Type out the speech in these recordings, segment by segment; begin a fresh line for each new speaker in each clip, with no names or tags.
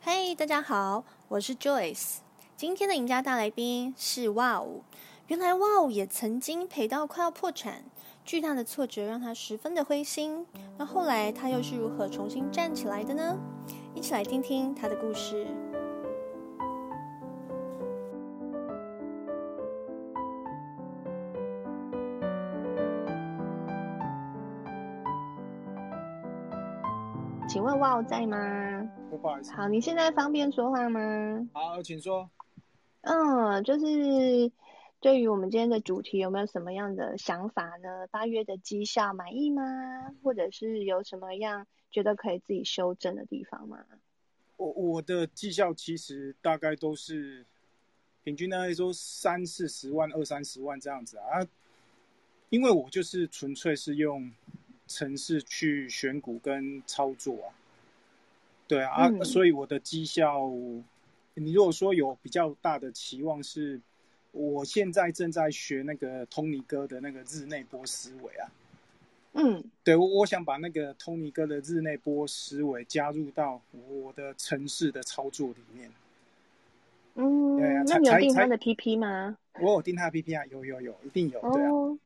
嘿、大家好，我是 Joyce。今天的赢家大来宾是 Wow。原来 Wow 也曾经赔到快要破产，巨大的挫折让他十分的灰心。那后来他又是如何重新站起来的呢？一起来听听他的故事。请问 Wow 在吗？
不不好意思。
好，你现在方便说话吗？
好，请说。
嗯，就是对于我们今天的主题，有没有什么样的想法呢？八月的绩效满意吗？或者是有什么样觉得可以自己修正的地方吗？
我我的绩效其实大概都是平均大概说三四十万、二三十万这样子啊。啊因为我就是纯粹是用城市去选股跟操作啊，对啊，啊
嗯
所以我的绩效，你如果说有比较大的期望是，我现在正在学那个通尼哥的那个日内波思维啊，
嗯
对，我我想把那个托尼哥的日内波思维加入到我的城市的操作里面。
嗯，
对啊
那
才
你有
才
定他
才
的 PP 吗？
我有订他 P P 啊，有有有，一定有。对啊，
哦，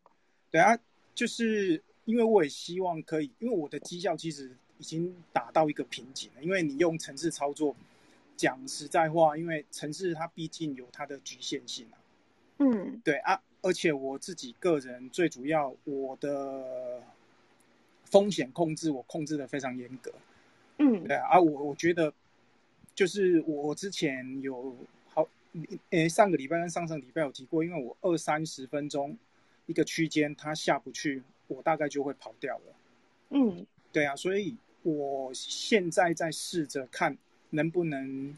对啊，就是因为我也希望可以，因为我的绩效其实已经达到一个瓶颈了。因为你用城市操作，讲实在话，因为城市它毕竟有它的局限性啊。
嗯
对啊，而且我自己个人最主要我的风险控制，我控制的非常严格。
嗯
对啊，啊我我觉得就是我之前有好，诶、上个礼拜跟上上礼拜有提过，因为我二三十分钟一个区间它下不去，我大概就会跑掉了。
嗯
对啊，所以我现在在试着看能不能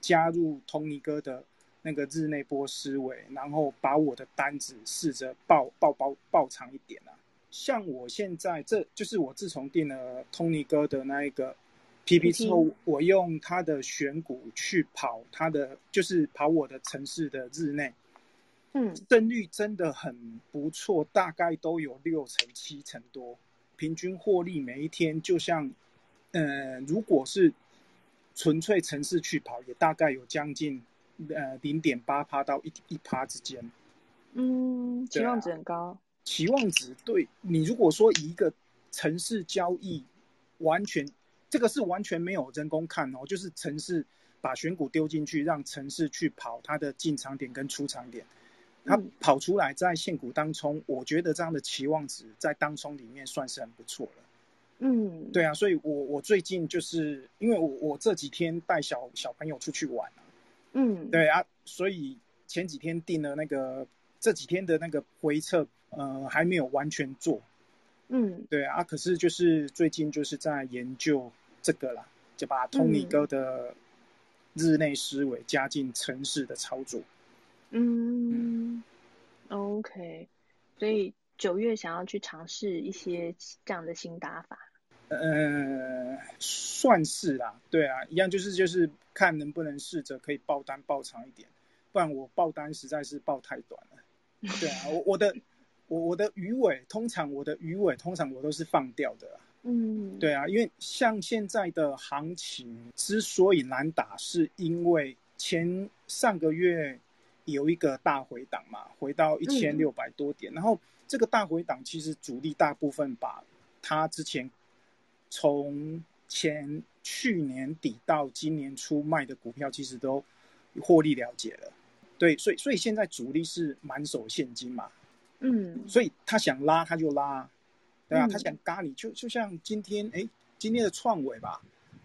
加入通尼哥的那个日内波思维，然后把我的单子试着爆爆爆爆长一点啊。像我现在，这就是我自从订了通尼哥的那一个 PP 之后
PP，
我用他的选股去跑他的，就是跑我的城市的日内，
嗯
胜率真的很不错，大概都有六成七成多，平均获利每一天就像，呃，如果是纯粹城市去跑，也大概有将近呃零点八趴到一一趴之间。
嗯，期
对啊
望值很高。
期望值对你如果说以一个城市交易，完全这个是完全没有人工看哦，就是城市把选股丢进去，让城市去跑它的进场点跟出场点，它
嗯
跑出来在现股当冲，我觉得这样的期望值在当冲里面算是很不错了。
嗯，
对啊，所以我我最近就是因为我我这几天带小小朋友出去玩啊
嗯
对啊，所以前几天订了那个这几天的那个回测，呃，还没有完全做。
嗯
对啊，可是就是最近就是在研究这个啦，就把通尼哥的日内思维加进城市的操作。
嗯，OK，所以九月想要去尝试一些这样的新打法。
呃，算是啦、对啊，一样就是就是看能不能试着可以爆单爆长一点，不然我爆单实在是爆太短了。对啊，我我的我我的鱼尾，通常我的鱼尾通常我都是放掉的啦、
嗯，
对啊，因为像现在的行情之所以难打，是因为前上个月有一个大回档嘛，回到一千六百多点，然后这个大回档其实主力大部分把它之前从前去年底到今年初卖的股票，其实都获利了结了。对，所以所以现在主力是满手现金嘛，
嗯
所以他想拉他就拉，对啊，
嗯
他想嘎你就就像今天哎，今天的创伟吧，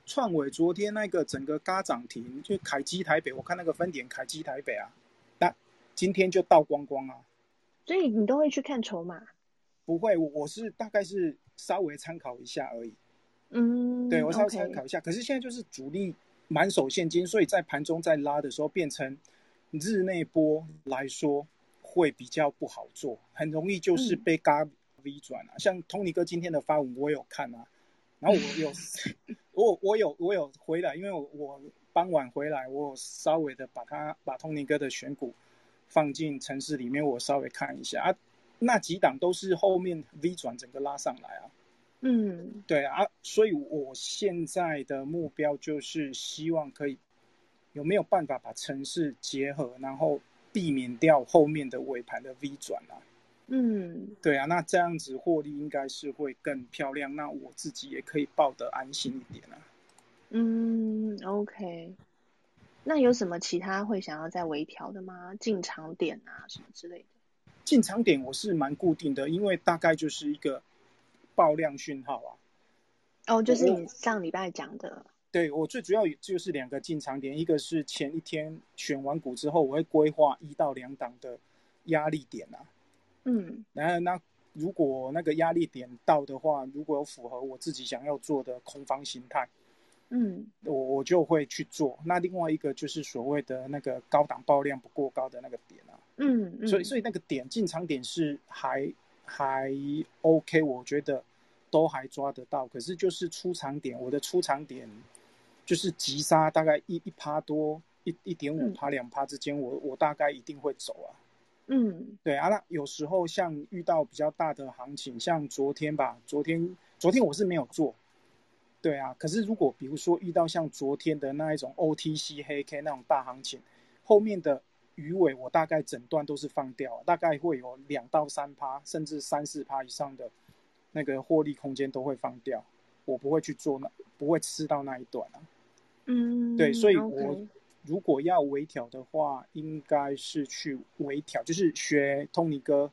创伟昨天那个整个嘎涨停，就凯基台北，我看那个分点凯基台北啊，那今天就倒光光啊，
所以你都会去看筹码。
不会，我我是大概是稍微参考一下而已，
嗯，
对我稍微
OK
参考一下，可是现在就是主力满手现金，所以在盘中在拉的时候变成日内波来说会比较不好做，很容易就是
嗯
被嘎 V 转啊。像 Tony 哥今天的发文我有看啊，然后 我有我我有我有回来，因为我我傍晚回来，我有稍微的把它把 Tony 哥的选股放进城市里面，我稍微看一下啊，那几档都是后面 V 转整个拉上来啊。
嗯
对啊，所以我现在的目标就是希望可以有没有办法把城市结合，然后避免掉后面的尾盘的 V 转啊。
嗯
对啊，那这样子获利应该是会更漂亮，那我自己也可以抱得安心一点啊。
嗯，OK。那有什么其他会想要再微调的吗？进场点啊，什么之类的。
进场点我是蛮固定的，因为大概就是一个爆量讯号啊。
哦，就是
我
你上礼拜讲的，
对我最主要就是两个进场点，一个是前一天选完股之后，我会规划一到两档的压力点啊。
嗯
然后那如果那个压力点到的话，如果有符合我自己想要做的空方形态，
嗯
我我就会去做。那另外一个就是所谓的那个高档爆量不过高的那个点啊，
嗯嗯，
所以所以那个点进场点是还还 OK，我觉得都还抓得到。可是就是出场点，我的出场点就是急杀，大概一一趴多一一点五
嗯
趴两趴之间，我我大概一定会走啊。
嗯
对啊，那有时候像遇到比较大的行情，像昨天吧，昨天昨天我是没有做，对啊。可是如果比如说遇到像昨天的那一种 OTC 黑 K 那种大行情，后面的鱼尾我大概整段都是放掉，大概会有两到三趴，甚至三四趴以上的那个获利空间都会放掉，我不会去做那不会吃到那一段啊。
嗯，
对，所以我
OK，
如果要微调的话，应该是去微调，就是学通尼哥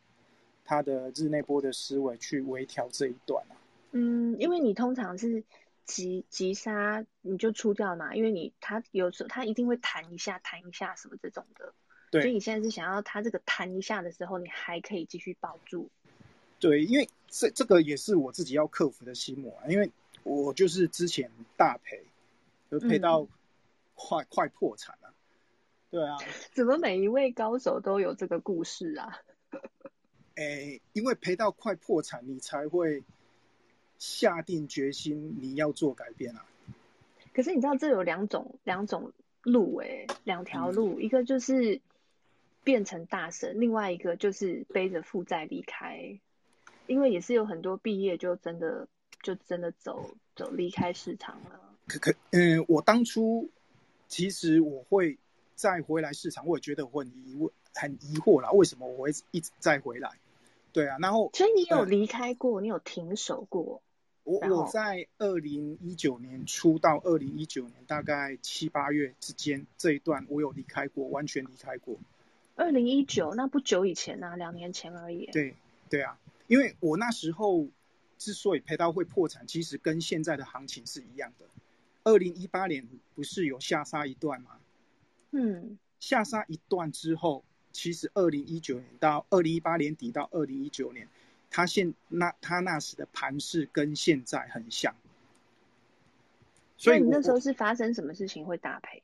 他的日内波的思维去微调这一段啊。
嗯，因为你通常是急急杀你就出掉嘛，因为你它有时候它一定会弹一下弹一下什么这种的，所以
对
你现在是想要它这个弹一下的时候，你还可以继续保住，
对，因为这这个也是我自己要克服的心魔、啊，因为我就是之前大赔，就赔到
嗯
快、快破产了、对啊，
怎么每一位高手都有这个故事啊？
诶，因为赔到快破产，你才会下定决心你要做改变啊。
可是你知道这有两种两种路诶、两条
嗯
路，一个就是变成大神，另外一个就是背着负债离开，因为也是有很多毕业就真的就真的走走离开市场了。
可可，嗯，我当初其实我会再回来市场，我也觉得我很疑问，很疑惑啦，为什么我会一直再回来？对啊，然后
所以你有
呃，
离开过，你有停手过，
我
然
我
后
在二零一九年初到二零一九年大概七八月之间这一段，我有离开过，完全离开过。
二零一九那不久以前呐、啊，两年前而已。
对，对啊，因为我那时候之所以赔到会破产，其实跟现在的行情是一样的。二零一八年不是有下杀一段吗？
嗯
下杀一段之后，其实二零一九年到二零一八年底到二零一九年，它现那它那时的盘势跟现在很像，所
那
以
你
我
那时候
我
是发生什么事情会大赔？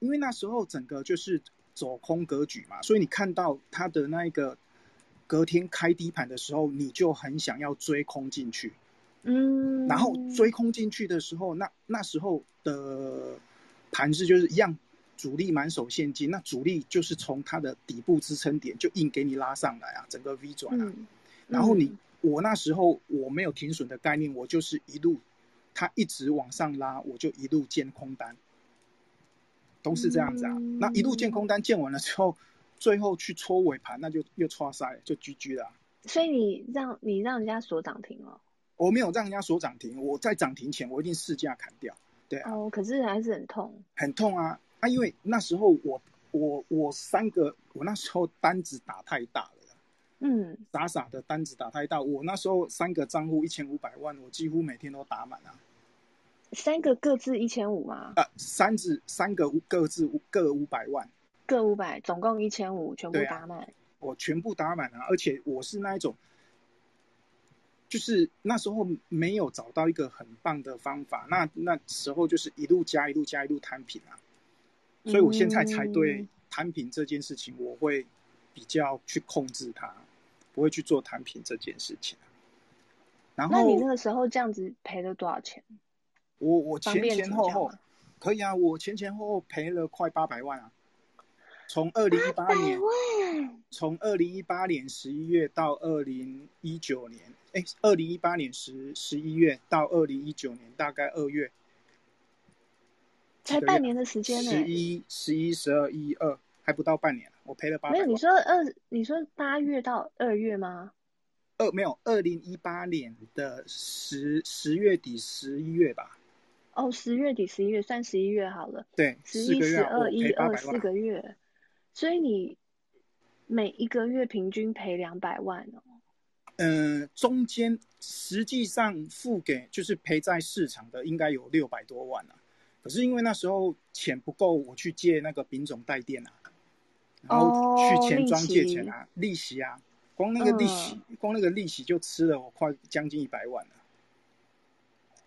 因为那时候整个就是走空格局嘛，所以你看到它的那一个隔天开低盘的时候，你就很想要追空进去，然后
嗯
追空进去的时候，那那时候的盘势就是一样，主力满手现金，那主力就是从它的底部支撑点就硬给你拉上来啊，整个 V 转啊。
嗯
然后你
嗯
我那时候我没有停损的概念，我就是一路它一直往上拉，我就一路建空单，都是这样子啊。那一路建
嗯，
空单建完了之后，最后去戳尾盘，那就又戳塞就 GG 了啊、
所以你让你让人家锁涨停了
我没有让人家锁涨停，我在涨停前我一定试价砍掉，对啊。
哦，可是还是很痛。
很痛啊啊！因为那时候我我我三个，我那时候单子打太大了啦，
嗯
傻傻的单子打太大。我那时候三个账户一千五百万，我几乎每天都打满啊。
三个各自一千五嘛，
呃，三子三个五各自五各五百万，
各五百，总共一千五，全部
对啊，
打满。
我全部打满啊。而且我是那一种，就是那时候没有找到一个很棒的方法，那那时候就是一路加一路加一路摊平啊。所以我现在才对
嗯
摊平这件事情，我会比较去控制它，不会去做摊平这件事情。然
那你
后
那个时候这样子赔了多少钱？
我我
方
前
便
前
请
后
教
后
吗？
可以啊，我前前后后赔了快八百万啊，从二零一八年，从二零一八年十一月到二零一九年，哎，二零一八年十十一月到二零一九年大概二月，
才半年的时间呢、
十一、十一、十二、一二，还不到半年，我赔了八
没
百
有，
万
你。说二，你说八月到二月吗？
二没有，二零一八年的十十月底、十一月吧，
哦，十月底、十一月，算十一月好了，
对，
十
四
一、
个月
十
啊我
二、一
赔八
二
百
四
万，
个月，所以你每一个月平均赔两百万哦。
嗯、中间实际上付给就是赔在市场的应该有六百多万啊，可是因为那时候钱不够，我去借那个丙种带电啊，然后
哦
去钱庄借
利息嗯
钱啊，利息啊，光那个利息，光那个利息就吃了我快将近一百万了。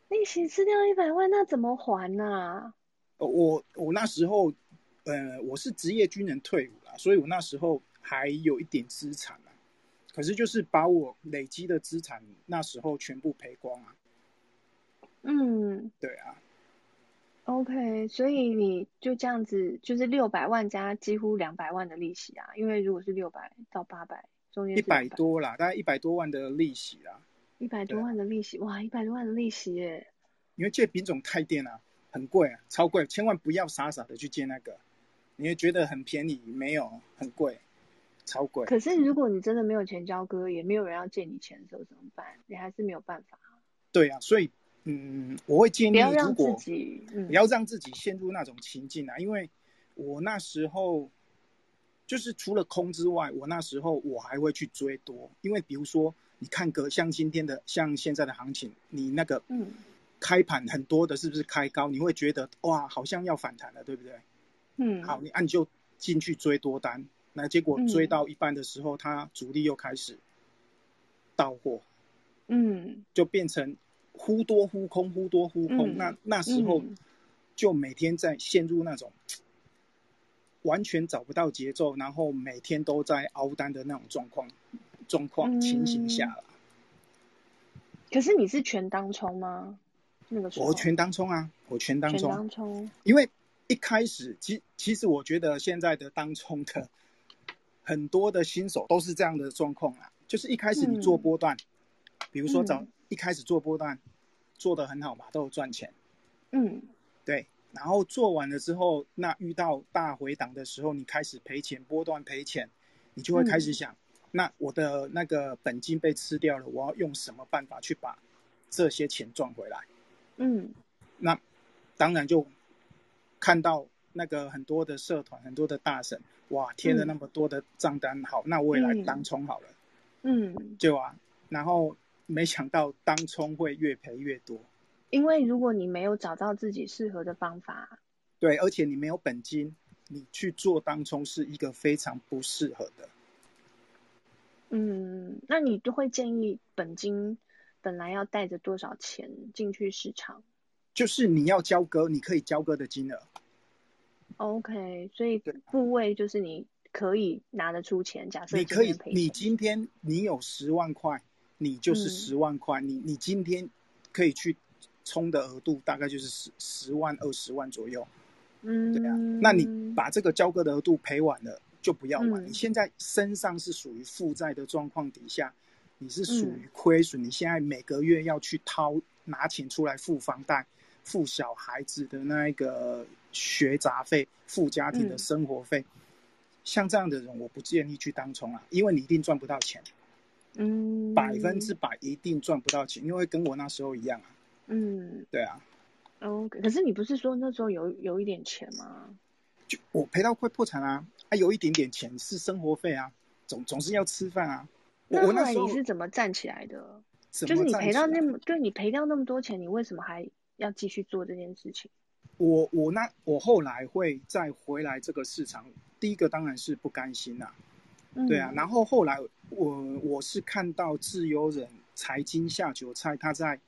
利息吃掉一百万，那怎么还呐、
呃我我那时候，呃，我是职业军人退伍啦，所以我那时候还有一点资产啊，可是就是把我累积的资产那时候全部赔光啊，
嗯
对啊，
，OK，所以你就这样子，就是六百万加几乎两百万的利息啊，因为如果是六百到八百，中间
一
是
百
200
多啦，大概一百多万的利息啦，
一百多
对啊
万的利息，哇，一百多万的利息耶！
因为借丙种泰电啊很贵啊，超贵，千万不要傻傻的去借那个，你会觉得很便宜，没有，很贵，超贵。
可是如果你真的没有钱交割，也没有人要借你钱的时候怎么办？你还是没有办法，
对啊，所以嗯，我会建
不
议
要
如
让
果
自己，嗯
不，要让自己陷入那种情境啊，因为我那时候就是除了空之外，我那时候我还会去追多，因为比如说你看个像今天的像现在的行情，你那个
嗯
开盘很多的是不是开高，你会觉得哇好像要反弹了，对不对？
嗯，
好，你按就进去追多单，那结果
嗯
追到一半的时候，它主力又开始到货，
嗯，
就变成忽多忽空，忽多忽空。
嗯
那那时候
嗯
就每天在陷入那种嘖完全找不到节奏，然后每天都在熬单的那种状况状况
嗯
情形下了。
可是你是全当冲吗？那个时候
我全当冲啊，我全当
哦全
冲，
当冲，
因为一开始其其实我觉得现在的当冲的很多的新手都是这样的状况啊，就是一开始你做
嗯
波段，比如说早、
嗯
一开始做波段做得很好嘛，都有赚钱。
嗯
对，然后做完了之后，那遇到大回档的时候，你开始赔钱，波段赔钱，你就会开始想，那我的那个本金被吃掉了，我要用什么办法去把这些钱赚回来？
嗯
那当然就看到那个很多的社团、很多的大神，哇，贴了那么多的账单，好，那我也来
嗯
当冲好了，
嗯，
就啊，然后没想到当冲会越赔越多，
因为如果你没有找到自己适合的方法，
对，而且你没有本金，你去做当冲是一个非常不适合的。
嗯，那你就会建议本金本来要带着多少钱进去市场
就是你要交割，你可以交割的金额，
？OK，所以
对
部位就是你可以拿得出钱。假设
你
今
可以
天，赔
你
钱，
今天你有十万块，你就是
嗯
十万块，你你今天可以去冲的额度大概就是十十万、二十万左右，
嗯，
对啊，那你把这个交割的额度赔完了，就不要玩。
嗯
你现在身上是属于负债的状况底下，你是
嗯
属于亏损，你现在每个月要去掏拿钱出来付房贷、付小孩子的那一个学杂费、付家庭的
嗯
生活费。像这样的人，我不建议去当冲啊，因为你一定赚不到钱，
嗯
百分之百一定赚不到钱，因为跟我那时候一样啊，
嗯
对啊，
OK。可是你不是说那时候有有一点钱吗？
就我赔到快破产啊，还、有一点点钱是生活费啊，总总是要吃饭啊。我
那
我
后
那
来
时候
你是怎么站起来的？
怎
就是
么啊
你赔
站起
到
来
那么，对你赔掉那么多钱，你为什么还要继续做这件事情？
我我那我后来会再回来这个市场，第一个当然是不甘心啦、
嗯，
对啊，然后后来我我是看到自由人财经下酒菜他在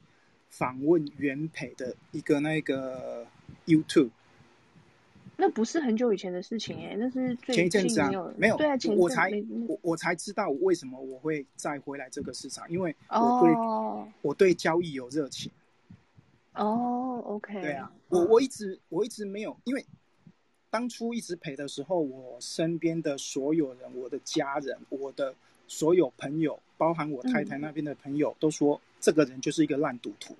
访问原培的一个那个 YouTube，
那不是很久以前的事情哎、那是最
前一阵子啊
近有
没有，
对啊，前一
我
阵
才
没没
我我才知道为什么我会再回来这个市场，因为我对、
哦
我对交易有热情。
哦，OK，
啊对啊，我我一直我一直没有，因为当初一直赔的时候，我身边的所有人，我的家人，我的所有朋友，包含我太太那边的朋友，都说这个人就是一个烂赌徒，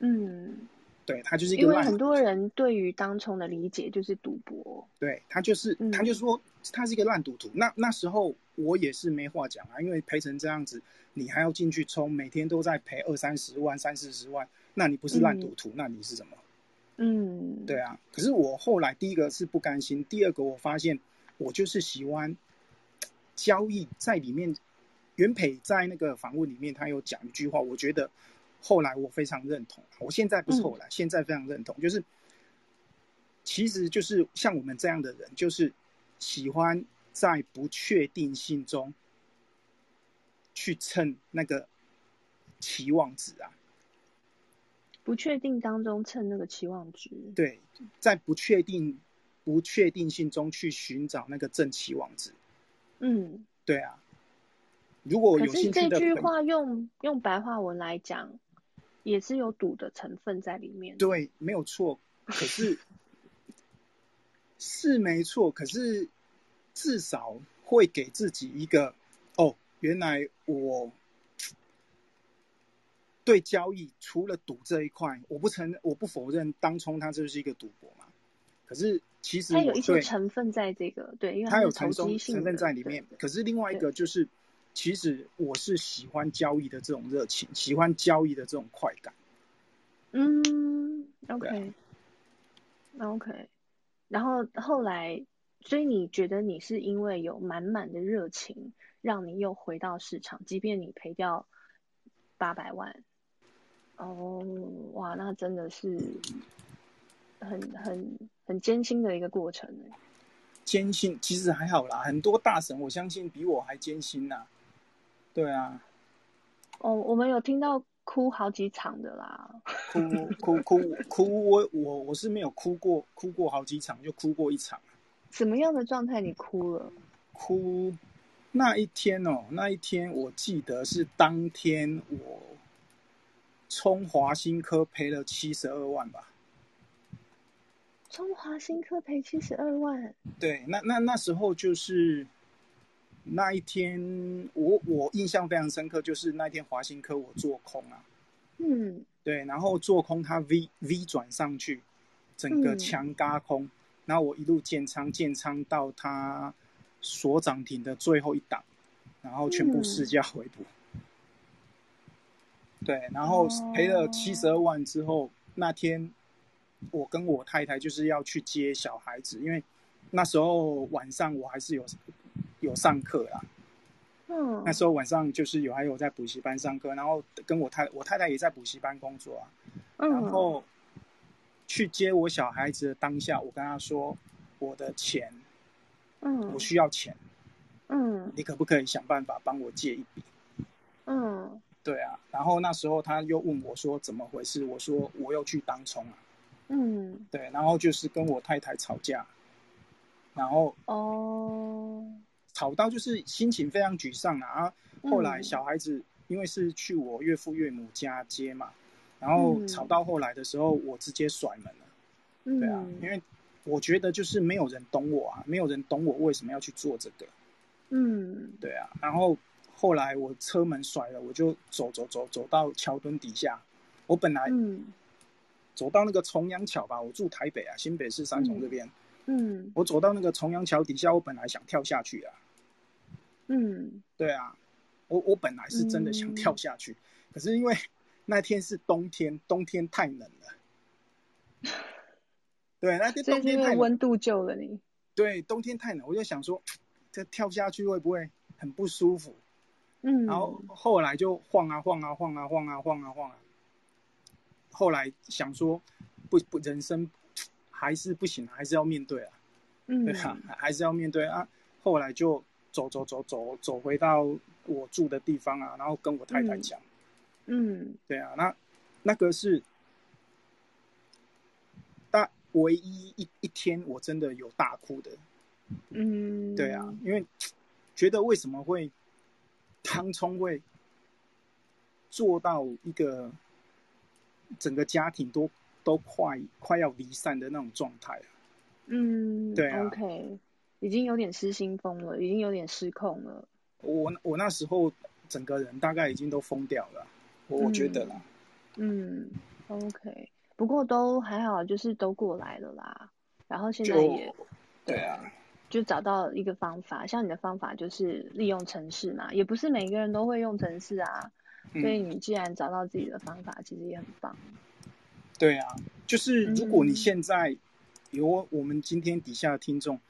嗯，
对他就是一
因
个
为
烂
很
赌徒，
多人对于当冲的理解就是赌博，
对他就是
嗯
他就说他是一个烂赌徒。那那时候我也是没话讲啊，因为赔成这样子，你还要进去冲，每天都在赔二三十万、三四十万，那你不是烂赌徒，那你是什么？
嗯，
对，啊，可是我后来第一个是不甘心，第二个我发现我就是喜欢交易在里面。袁培在那个访问里面，他有讲一句话，我觉得后来我非常认同。啊我现在不是后来，现在非常认同，就是其实就是像我们这样的人，就是喜欢在不确定性中去蹭那个期望值啊。
不确定当中趁那个期望值，
对，在不确定不确定性中去寻找那个正期望值。
嗯，
对啊，如果
可
有
是
兴
这
趣的
句
朋
话用用白话文来讲，也是有赌的成分在里面，，
对，没有错。可是是没错，可是至少会给自己一个哦，原来我对交易除了赌这一块，我不承认，我不否认当冲它就是一个赌博嘛。可是其实
它有
我
一些
对
成分在这个，对，因为
它有
是投
成中
机性
成分
的
在里面。
对
可是另外一个就是，其实我是喜欢交易的这种热情，喜欢交易的这种快感。
嗯
对啊啊
，OK，那 OK，然后后来，所以你觉得你是因为有满满的热情，让你又回到市场，即便你赔掉八百万，哦，哇，那真的是很很很艰辛的一个过程欸
艰辛其实还好啦，很多大神我相信比我还艰辛呐、对啊，
哦，我们有听到哭好几场的啦，
哭哭哭哭，我我我是没有哭过，哭过好几场，就哭过一场。
什么样的状态你哭了？
哭那一天哦，那一天我记得是当天我冲华新科赔了七十二万吧。
中华新科赔七十二万，
对，那那那时候就是那一天，我我印象非常深刻，就是那一天华新科我做空啊，
嗯
对，然后做空它 V V 转上去，整个
嗯
强嘎空，然后我一路建仓建仓到它所涨停的最后一档，然后全
嗯
部市价回补。对，然后赔了
哦
七十二万之后，那天我跟我太太就是要去接小孩子，因为那时候晚上我还是有有上课啦，
嗯
那时候晚上就是有还有在补习班上课，然后跟我太我太太也在补习班工作啊，然
嗯
后去接我小孩子的当下，我跟他说我的钱，
嗯
我需要钱，
嗯
你可不可以想办法帮我借一笔？
嗯
对啊，然后那时候他又问我说怎么回事，我说我又去当冲啊，
嗯
对，然后就是跟我太太吵架，然后
哦，
吵到就是心情非常沮丧啊。啊后来
嗯
小孩子因为是去我岳父岳母家接嘛，然后
嗯
吵到后来的时候，我直接甩门了。
嗯，
对啊，因为我觉得就是没有人懂我啊，没有人懂我为什么要去做这个。
嗯
对啊，然后后来我车门甩了，我就走走走走到桥墩底下。我本来
嗯
走到那个重阳桥吧，我住台北啊，新北市三重这边。
嗯
我走到那个重阳桥底下，我本来想跳下去啊。
嗯
对啊，我我本来是真的想跳下去，可是因为那天是冬天，冬天太冷了。对，那天
所以
冬
是因
天
为
哎太冷，
温度救了你，
对，冬天太冷，我就想说，这跳下去会不会很不舒服？
嗯，
然后后来就晃啊晃啊晃啊晃啊晃啊晃啊，后来想说，不不，人生还是不行，还是要面对啊。
嗯
对啊，还是要面对啊。后来就走走走走走回到我住的地方啊，然后跟我太太讲，
嗯
对啊，那那个是大唯一一一天我真的有大哭的，
嗯，
对啊，因为觉得为什么会汤冲会做到一个整个家庭都都快快要离散的那种状态啊，
嗯，
对啊
o k 已经有点失心疯了，已经有点失控了。
我我那时候整个人大概已经都疯掉了，我我觉得啦，
嗯，OK，不过都还好，就是都过来了啦。然后现在
就
也
对啊，
就找到一个方法，像你的方法就是利用程式嘛，也不是每个人都会用程式啊。所以
嗯，
你既然找到自己的方法，其实也很棒。
对啊，就是如果你
嗯
现在有我们今天底下的听众，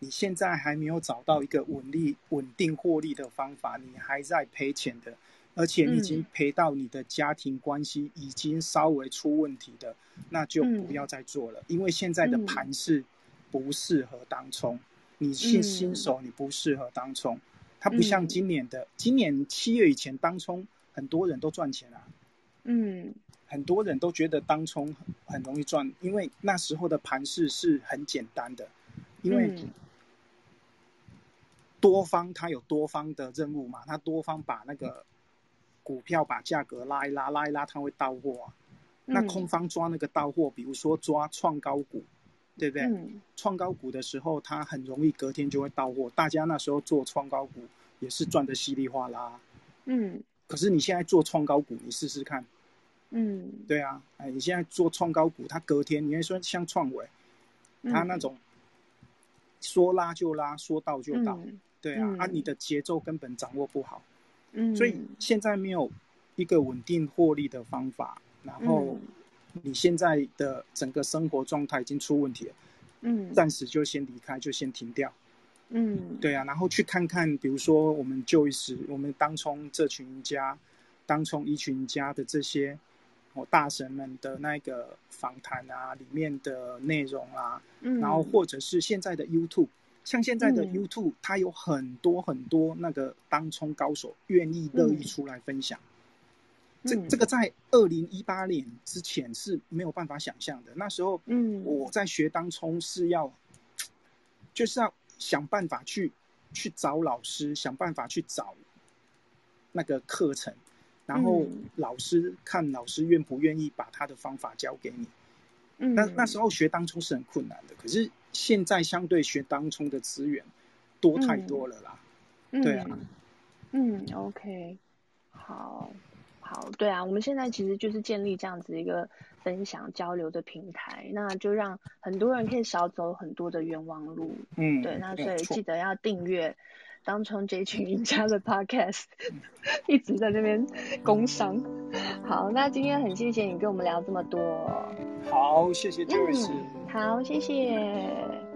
你现在还没有找到一个稳利稳定获利的方法，你还在赔钱的，而且你已经
嗯
赔到你的家庭关系已经稍微出问题的，那就不
嗯
要再做了，因为现在的
嗯
盘势不适合当冲，你新新
嗯
手你不适合当冲，它不像
嗯
今年的，今年七月以前当冲很多人都赚钱啊。
嗯
很多人都觉得当冲很容易赚，因为那时候的盘势是很简单的，因为
嗯
多方它有多方的任务嘛，它多方把那个股票把价格拉一拉，拉一拉，它会到货啊。那空
嗯
方抓那个到货，比如说抓创高股，对不啊对？
嗯
创高股的时候，它很容易隔天就会到货，大家那时候做创高股也是赚得稀里哗啦。
嗯
可是你现在做创高股，你试试看，
嗯
对啊，哎，你现在做创高股，它隔天你会说像创伟，它那
嗯
种说拉就拉，说到就到，
嗯
对啊，啊，你
嗯
的节奏根本掌握不好，所以
嗯
现在没有一个稳定获利的方法，然后
嗯
你现在的整个生活状态已经出问题了，
嗯
暂时就先离开，就先停掉，
嗯
对啊，然后去看看，比如说我们就一时，我们当冲这群赢家，当冲一群赢家的这些哦大神们的那个访谈啊，里面的内容啊，然后
嗯
或者是现在的 YouTube，像现在的
嗯
YouTube，它有很多很多那个当冲高手愿意乐意
嗯
出来分享，这这
嗯
个在二零一八年之前是没有办法想象的。那时候
嗯
我在学当冲是要就是要想办法去去找老师，想办法去找那个课程，然后
嗯
老师看老师愿不愿意把他的方法教给你。那那时
嗯
候学当冲是很困难的，可是现在相对学当冲的资源多太
嗯
多了啦。对啊，
嗯嗯，OK，好，好，对啊，我们现在其实就是建立这样子一个分享交流的平台，那就让很多人可以少走很多的冤枉路。对，
嗯，
那
没有
所以
错，
记得要订阅当冲这一群赢家的 Podcast，一直在那边工商。好，那今天很谢谢你跟我们聊这么多。嗯
好，谢谢 Joyce。
嗯，好，谢谢。